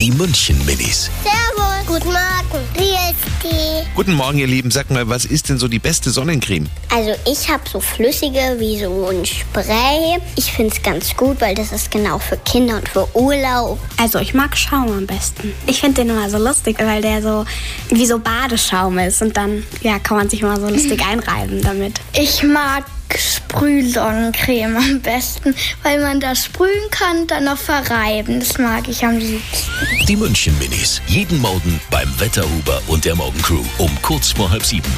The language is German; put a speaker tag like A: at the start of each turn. A: Die München Minis.
B: Servus. Guten Morgen. Wie ist die?
A: Guten Morgen, ihr Lieben. Sag mal, was ist denn so die beste Sonnencreme?
B: Also ich habe so flüssige wie so ein Spray. Ich finde es ganz gut, weil das ist genau für Kinder und für Urlaub.
C: Also ich mag Schaum am besten. Ich finde den immer so lustig, weil der so wie so Badeschaum ist und dann ja kann man sich immer so lustig einreiben damit.
D: Ich mag Sprühsonnencreme am besten, weil man da sprühen kann, dann noch verreiben. Das mag ich am liebsten.
A: Die München Minis. Jeden Morgen beim Wetterhuber und der Morgencrew um kurz vor halb sieben.